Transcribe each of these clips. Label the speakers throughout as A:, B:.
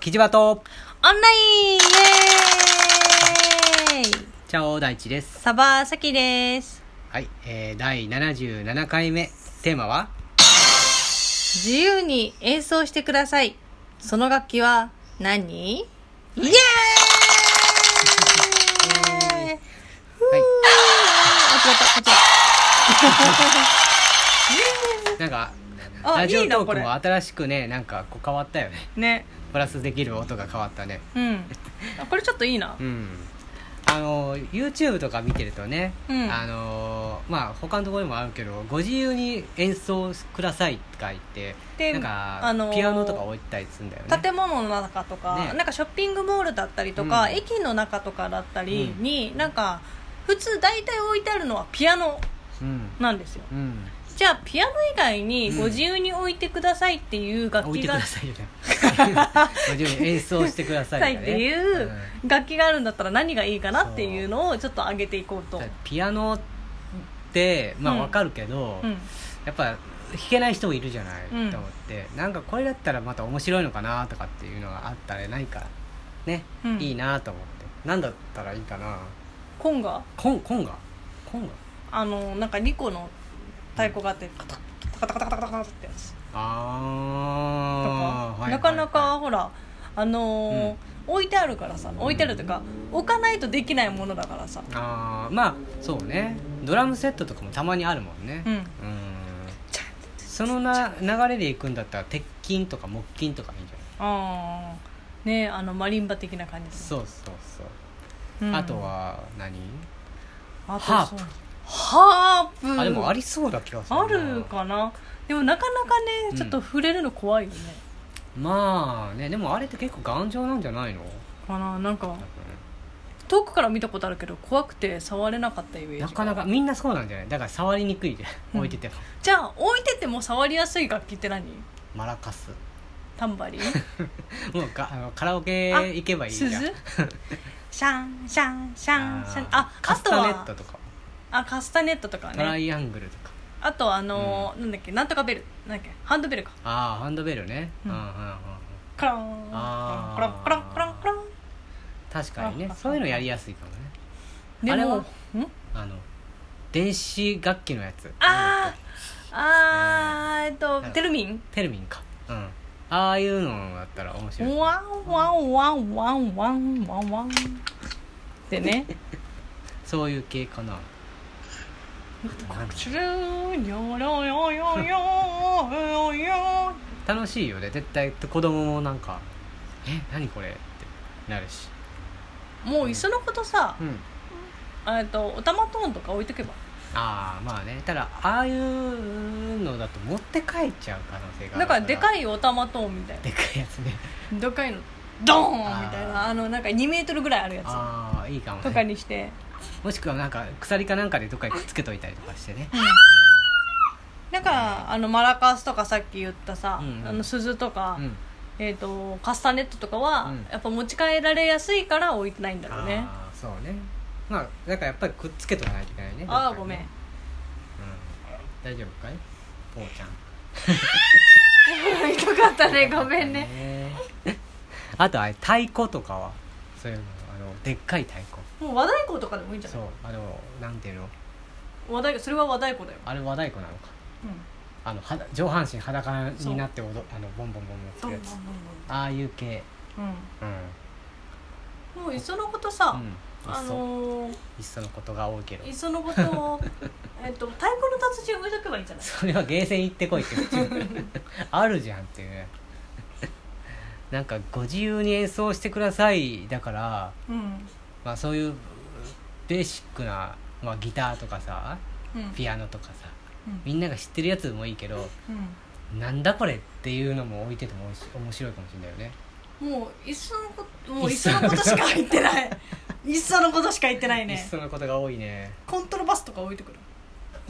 A: キジバト
B: オンラインイエーイ
A: チャオ大地です。
B: サバーサキです。
A: はい、えー、第77回目。テーマは
B: 自由に演奏してください。その楽器は何イエーイ
A: はい。
B: あ、違った、こっち
A: なんか、
B: あ
A: ラジオ
B: いいな
A: トー
B: こ
A: ク
B: れ
A: も新しくね、なんかこう変わった よね。
B: だ。ね。
A: プラスできる音が変わったね。
B: うん。 あこれちょっといいな
A: う。ん。あの、YouTube とか見てるとね、
B: うん
A: あの、まあ、他のところにもあるけど、ご自由に演奏くださいとか言って、
B: で
A: なんか、
B: あのー
A: ピアノとか置いたりするんだよね。
B: 建物の中とか、
A: ね
B: なんかショッピングモールだったりとか、
A: うん
B: 駅の中とかだったりに、なんか普通大体置いてあるのはピアノ
A: うん。
B: なんですよ
A: うん。
B: じゃあピアノ以外に
A: うん
B: ご自由に置いてくださいっていう楽
A: 置い
B: 器
A: てく
B: が、
A: ださい よね。ご自由に演奏してください
B: さい
A: と
B: っ
A: かね
B: ていう
A: うん
B: 楽器があるんだったら何がいいかなっていうのをちょっと上げていこうと
A: だからピアノってま
B: うん
A: あわかるけど、
B: うん
A: やっぱ弾けない人もいるじゃない、
B: うん
A: と思ってなんかこれだったらまた面白いのかなとかっていうのがあったらないからね、
B: うん
A: いいなと思ってなんだったらいいかな
B: コンガ
A: コンコンガコンガ
B: あのなんか2個の太鼓があってカタッカタカタカタカタカタってやつとか、
A: あーはい
B: なかなか
A: はい
B: ほらあのー置いてあるからさ置いてあるというか置かないとできないものだからさ
A: あーまあそうねドラムセットとかもたまにあるもんね
B: うん
A: ーそのな流れでいくんだったら鉄筋とか木筋とかいいんじゃない
B: あーねあのマリンバ的な感じで
A: そうそうそう、
B: うん
A: あとは何
B: あと
A: ハープ
B: そうハープ
A: あでもありそうだ気がするな
B: あるかなでもなかなか
A: う
B: ね
A: ん
B: ちょっと触れるの怖いよね、
A: まあねでもあれって結構頑丈なんじゃないの
B: かななんか遠くから見たことあるけど怖くて触れなかったイメージが
A: なかなかみんなそうなんじゃないだから触りにくいじゃん、
B: うん
A: 置いてても
B: じゃあ置いてても触りやすい楽器って何
A: マラカス
B: タンバリン
A: もうかあのカラオケ
B: あ
A: 行けばいいじゃん
B: 鈴シャンシャンシャンシャ
A: ー
B: ンあ
A: カ
B: あ
A: ス
B: と
A: タネッ
B: は
A: トとか
B: あカスタネットとか
A: トラ
B: ね
A: イアングルとか
B: あとあのーなんだっけなんとかベルなんだっけハンドベルか
A: ああハンドベルね、う、
B: うんん
A: うんうんうん
B: カラン
A: あー
B: カランカランカランカラン
A: 確かにね
B: ああ
A: そういうのやりやすいかもねあ
B: で
A: れ
B: も
A: は
B: ん
A: あの電子楽器のやつ
B: あーあーえっとテルミン
A: テルミンかうんああいうのだったら面白い
B: ワンワンワンワンワンワンワンでね
A: そういう系かな
B: シュルーヨロヨヨヨヨヨ
A: 楽しいよね絶対子供もなんか「え何これ?」ってなるし
B: もういっそのことさ
A: うん
B: えっとおたまトーンとか置いとけば
A: ああまあねただああいうのだと持って帰っちゃう可能性があ
B: だ
A: る
B: からでか
A: い
B: いおたまトーンみたい
A: でかいやつね
B: なでかいのドーンみたいなあのなんか2メートルぐらいあるやつ
A: ああいいかも、
B: とか
A: ね、
B: にして
A: もしくはなんか鎖かなんかでどっかにくっつけといたりとかしてね
B: だからあのマラカスとかさっき言ったさ
A: うん
B: あの鈴とか
A: うん
B: えっとカスタネットとかは
A: うん
B: やっぱ持ち帰られやすいから置いてないんだろうね
A: あーそうねまあだからやっぱりくっつけとかないといけないね
B: ああ
A: どっかにね
B: ごめん
A: うん大丈夫かいぽーちゃん
B: 痛かったねごめんね
A: ねあとあれ太鼓とかはそういうのあのでっかい太鼓
B: もう和太鼓とかでもいいんじゃ
A: そ
B: な
A: う
B: い
A: あのなんていうの
B: 和太鼓それは和太鼓だよ、
A: あれ和太鼓なのか
B: うん、
A: あのは上半身裸になって踊あのボンボンボンボ
B: ど
A: ン
B: ん
A: やる
B: どん
A: やつ
B: どん
A: ああいう系
B: どん、
A: うん、
B: うん、もういっそのことさ、
A: うん、いっ
B: あ
A: そ
B: の
A: い
B: ー、
A: っそのことが多いけど
B: いっそのことをえっと太鼓の達人置いとけばいいんじゃない
A: それはゲーセン行ってこいっ て普通あるじゃんっていうねなんかご自由に演奏してくださいだから、
B: うん
A: まあ、そういうベーシックな、まあ、ギターとかさ
B: うん
A: ピアノとかさ
B: うん
A: みんなが知ってるやつもいいけどなんだこれっていうのも置いててもおいし面白いかもしれないよね
B: うんもういっそのこともういっそのことしか言ってないいっそのことしか言ってない
A: いっ
B: ね
A: そのことが多いね
B: コントラバスとか置いてくる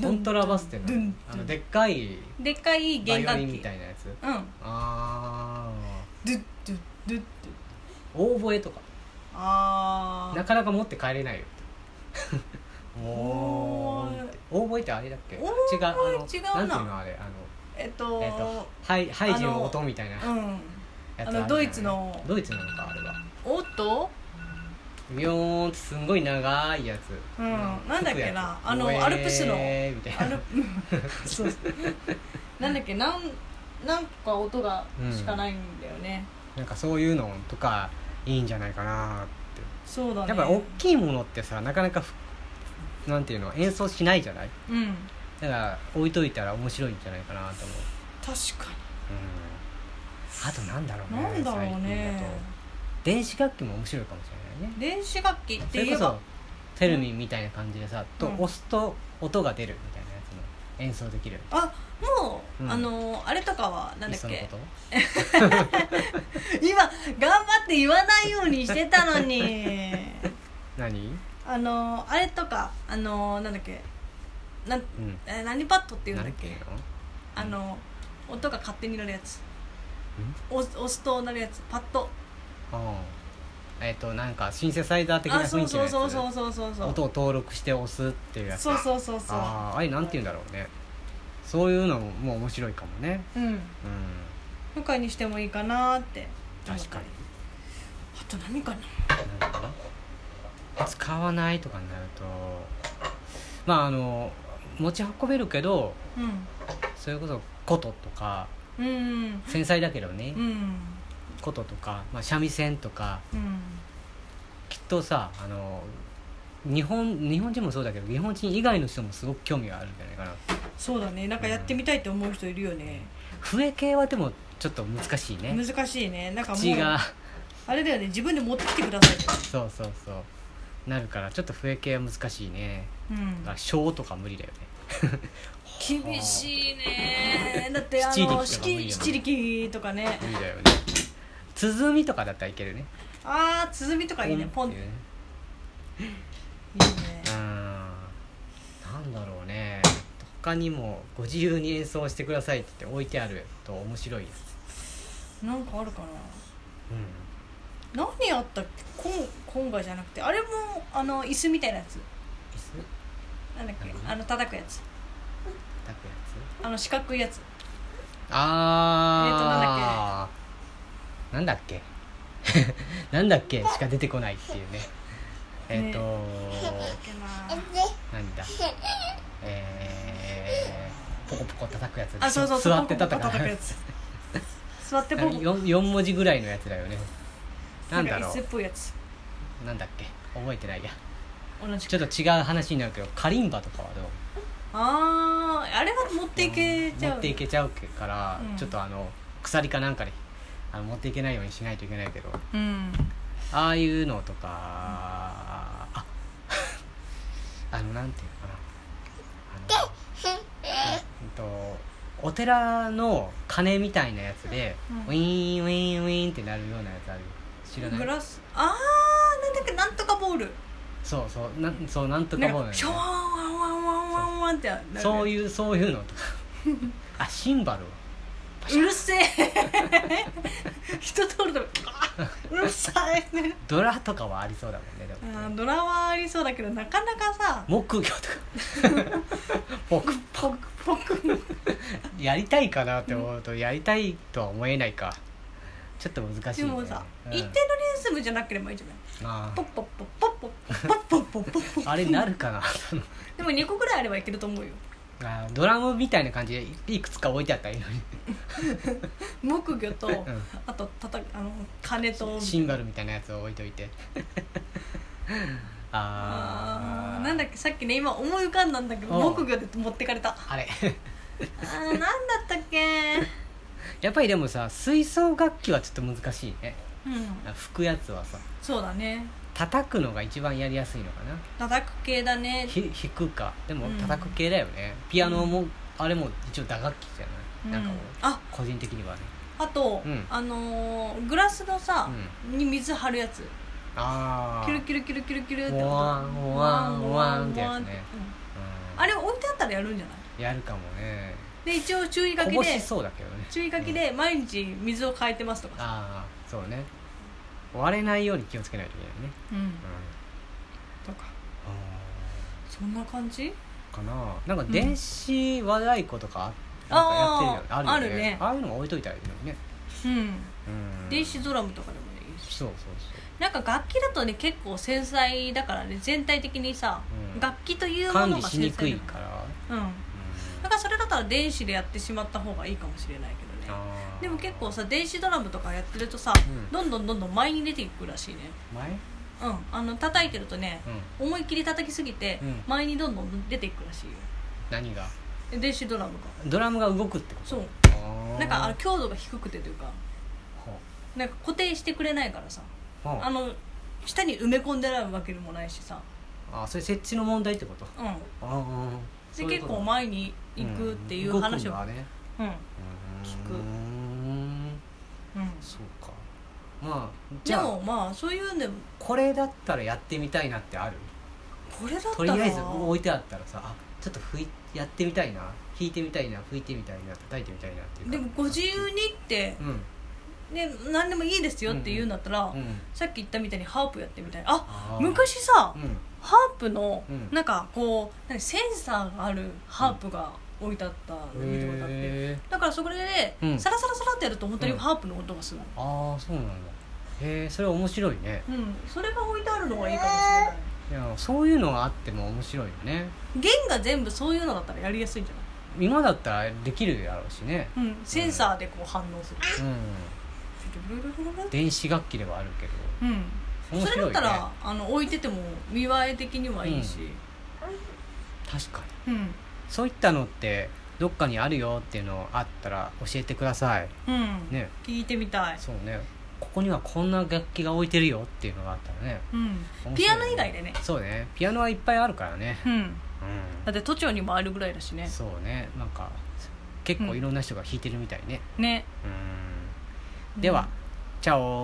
A: コントラバスって
B: ドゥ
A: の
B: ン
A: あのでっかい
B: でっかい
A: バ
B: 弦
A: イオ
B: 楽
A: リ
B: 器
A: ンみたいなやつ
B: うん
A: あ
B: ドゥッドゥッドゥッドゥッ
A: あオーボエとか
B: あー
A: なかなか持って帰れないよお
B: お
A: ー
B: ー
A: オーボエってあれだっけ
B: オーボ
A: 違
B: エ
A: うあのな
B: 違うなん
A: ていうのあれあ
B: えっと
A: のえっとハイハイジの音みたいな
B: うん
A: やつるじゃない
B: あのドイツの
A: ドイツなのかあれは
B: おっと
A: ビヨーンってすんごい長いやつ
B: うんなんだっけなあの
A: 吹くやつ
B: アルプスの
A: ウェーみたい
B: あ
A: な
B: れそう なんだっけなんなんか音がしかないんだよね、
A: なんかそういうのとかいいんじゃないかな
B: そうだね
A: やっぱ大きいものってさなかなかふなんていうの演奏しないじゃない
B: うん
A: だから置いといたら面白いんじゃないかなと思う
B: 確か
A: うんあとなんだろう
B: に
A: ね
B: なんだろう
A: 最近
B: ね
A: だと電子楽器も面白いかもしれないね
B: 電子楽器っ
A: そ
B: て
A: れ
B: 言
A: こ
B: えば
A: そテルミンみたいな感じでさ、と
B: うん
A: 押すと音が出るみたいなやつも演奏できる
B: あもう、
A: うん
B: あのあれとかはなん
A: いっ
B: だっ
A: その
B: け
A: こと
B: 今頑張って言わないようにしてたのに
A: 何、
B: あのあれとかあのなんだっけなん
A: うん、
B: え何パッドっていうん
A: 何
B: だっ
A: て
B: け
A: いうの
B: あの音が勝手になるやつ押す押すとなるやつパッド
A: ああえっ、となんかシンセサイザー的な
B: あそ
A: 雰囲
B: う
A: 気の
B: そう
A: やつ
B: そうそうそうそうそう
A: 音を登録して押すっていうやつ
B: そうそうそうそう
A: あああれなんて言うんだろうねそういうのももう面白いかもね
B: うん
A: うん
B: とかにしてもいいかなって思った
A: 確かに
B: あと何かな
A: なんか使わないとかになるとまああの持ち運べるけどそれこそ琴とか
B: うんうん
A: 繊細だけどね
B: うん
A: 琴とか、まあ、三味線とか
B: うん
A: きっとさあの日本日本人もそうだけど日本人以外の人もすごく興味があるんじゃないかな
B: そうだねなんかやってみたいって思う人いるよね
A: 笛系はでもちょっと難しいね
B: 難しいねなんかもう
A: 口が
B: あれだよね自分で持ってきてくださいって
A: そうそうそうなるからちょっと笛系は難しいね
B: うん
A: だから小とか無理だよね
B: 厳しいねだってあの
A: 七力とかもいいよね
B: 七力とかね
A: 無理だよね鼓とかだったらいけるね
B: ああ鼓とかいいねポン
A: っ
B: ってて
A: い
B: いうい
A: ね
B: ね
A: うんなんだろうね他にもご自由に演奏してくださいって言って置いてあると面白いやつ
B: なんかあるかな
A: うん
B: 何やったっけコンコンガじゃなくてあれもあの椅子みたいなやつ
A: 椅子
B: なんだっけ
A: 何
B: あの叩くやつ
A: 抱くやつ
B: あの四角いやつ
A: あーなんだっけ なんだっけしか出てこないっていうねえっ、と何だえー、ポコポコ叩くやつ
B: あそうそうそう
A: 座って叩
B: ポンポンポン
A: く
B: 叩く
A: や
B: や
A: つ
B: つ座ってポンポン
A: 4, 文字ぐらいのやつだよねなんだ
B: か
A: ろ
B: 椅子っ
A: う
B: ぽいやつ
A: なんだっけ覚えてないや
B: 同じ
A: ちょっと違う話になるけどカリンバとかはどう
B: あああれは持っていけちゃう
A: 持っていけちゃうから、
B: うん
A: ちょっとあの鎖かなんかであの持っていけないようにしないといけないけど
B: うん
A: ああいうのとか、あ あのなんていうのかなあの、えっと、お寺の鐘みたいなやつで、
B: うん
A: ウィーンウィーンウィーンってなるようなやつある知ら
B: グ
A: ない
B: ラスああなんだっけなんとかボール
A: そうそうなんそうなんとか
B: なん
A: もう
B: かショワンワンワンワンワンワンってなる
A: そういうそういうの とかあシンバル
B: うるせえ 人通るとあうるさいね
A: ドラとかはありそうだもんねで
B: あ
A: もね
B: ードラはありそうだけどなかなかさ
A: 木魚とか ポク
B: ポクポク
A: やりたいかなって思うとやりたいとは思えないかちょっと難しい
B: で
A: ね
B: もさ、
A: うん
B: 一定のリズムじゃなければいいじゃない
A: あ
B: ポッポッポッポッポッポッポッポッポッポッ
A: ーあれなるかな その
B: でも2個ぐらいあればいけると思うよ
A: あードラムみたいな感じでいいくつか置いてあったらいいのに
B: 木魚と、
A: ん
B: あとたたあの鐘と
A: シンバルみたいなやつを置いとい てあ
B: あ
A: あ
B: ーなんだっけさっきね今思い浮かんだんだけど
A: おう
B: 木魚で持ってかれたあ
A: あれ
B: ーなんだったっけ
A: やっぱりでもさ吹奏楽器はちょっと難しいね
B: うん
A: 吹くやつはさ
B: そうだね
A: 叩くのが一番やりやすいのかな
B: 叩く系だね
A: ひ弾くかでも
B: うん
A: 叩く系だよね、ピアノも、あれも一応打楽器じゃない、なんかもう
B: うんあ
A: 個人的にはね
B: あと、
A: うん
B: あのーグラスのさ、に水張るやつ
A: ああ
B: キュルキュルキュルキュルキュルって
A: ウワンウワンウワンってやつね
B: ウワンウ
A: うん
B: ワンってうんあれ置いてあったらやるんじゃない
A: やるかもね
B: で一応注意書
A: こ
B: き
A: ぼ
B: で
A: しそうだけどね
B: 注意書きで毎日水を変えてますとか、
A: ああそうね割れないように気をつけないといけないね
B: うん、
A: う
B: とか
A: んあ
B: そんな感
A: ー
B: じ
A: かななんか電子和太鼓とか,、
B: ん
A: なんかやってるよ
B: あー
A: あるよね
B: あるね
A: ああいうのが置いといたらいいのにね
B: うん
A: うん
B: 電子ドラムとかでもねいいし
A: そうそうそう
B: なんか楽器だとね結構繊細だからね全体的にさ、
A: うん
B: 楽器というも
A: 管
B: の
A: 理
B: が
A: し
B: 繊
A: にく
B: 細
A: い
B: だか
A: から、
B: らうんだからそれだったら電子でやってしまった方がいいかもしれないけどね
A: あー
B: でも結構さ電子ドラムとかやってるとさ、
A: うん
B: どんどんどんどん前に出ていくらしいね
A: 前うん
B: うんあの叩いてるとね、思いっきり叩きすぎて
A: うん
B: 前にどんどん出ていくらしいよ
A: 何が
B: で電子ドラムが
A: ドラムが動くってこと
B: そう
A: あー
B: なんかあの強度が低くてというか
A: ほう
B: なんか固定してくれないからさ
A: ほう
B: あの下に埋め込んでないわけでもないしさ
A: あそれ設置の問題ってこと
B: うんで
A: ああそういう
B: 結
A: こと
B: 構前に行くっていう話
A: ん動くん
B: を
A: だね
B: うん
A: 聞
B: 聞くうん
A: そうかまあじ
B: で
A: ゃ
B: も
A: あ
B: まあそういうのでも
A: これだったらやってみたいなってある
B: これだったら
A: とりあえず置いてあったらさあちょっと吹いやってみたいな弾いてみたいな吹いてみたいな叩いてみたいなっていうか
B: でもご自由にって
A: うん
B: ね何でもいいですよって言うんだったら、
A: うん
B: さっき言ったみたいにハープやってみたいあ
A: あー
B: 昔さ、
A: うん
B: ハープの
A: うん
B: なんかこう何センサーがあるハープが置いてあったの見たことあって
A: へえ
B: だからそこで
A: うん
B: サラサラサラってやると本当に
A: うん
B: ハープの音がする
A: ああそうなんだへえそれ面白いね
B: うん、それが置いてあるのがいいかもしれない
A: いやそういうのがあっても面白いよね
B: 弦が全部そういうのだったらやりやすいんじゃ
A: 今だったらできるやろうしね
B: ない、うん、センサーでこう反応する
A: うん
B: ブルブルブルブル
A: 電子楽器ではあるけど
B: うん、
A: 面
B: それ
A: 白
B: だ
A: い
B: っ
A: ね
B: たらあの置いてても見栄え的にはいいし
A: 確かに
B: うん
A: そういったのってどっかにあるよっていうのあったら教えてください
B: うん、
A: ね
B: 聞いてみたい、
A: そうねここにはこんな楽器が置いてるよっていうのがあったらね
B: うん
A: 面白いね、
B: ピアノ以外でね、
A: そうねピアノはいっぱいあるからね
B: うん、
A: う
B: だって都庁にもあるぐらいだしね
A: んそうねなんか結構いろんな人が弾いてるみたいね
B: ね
A: うんではチャオ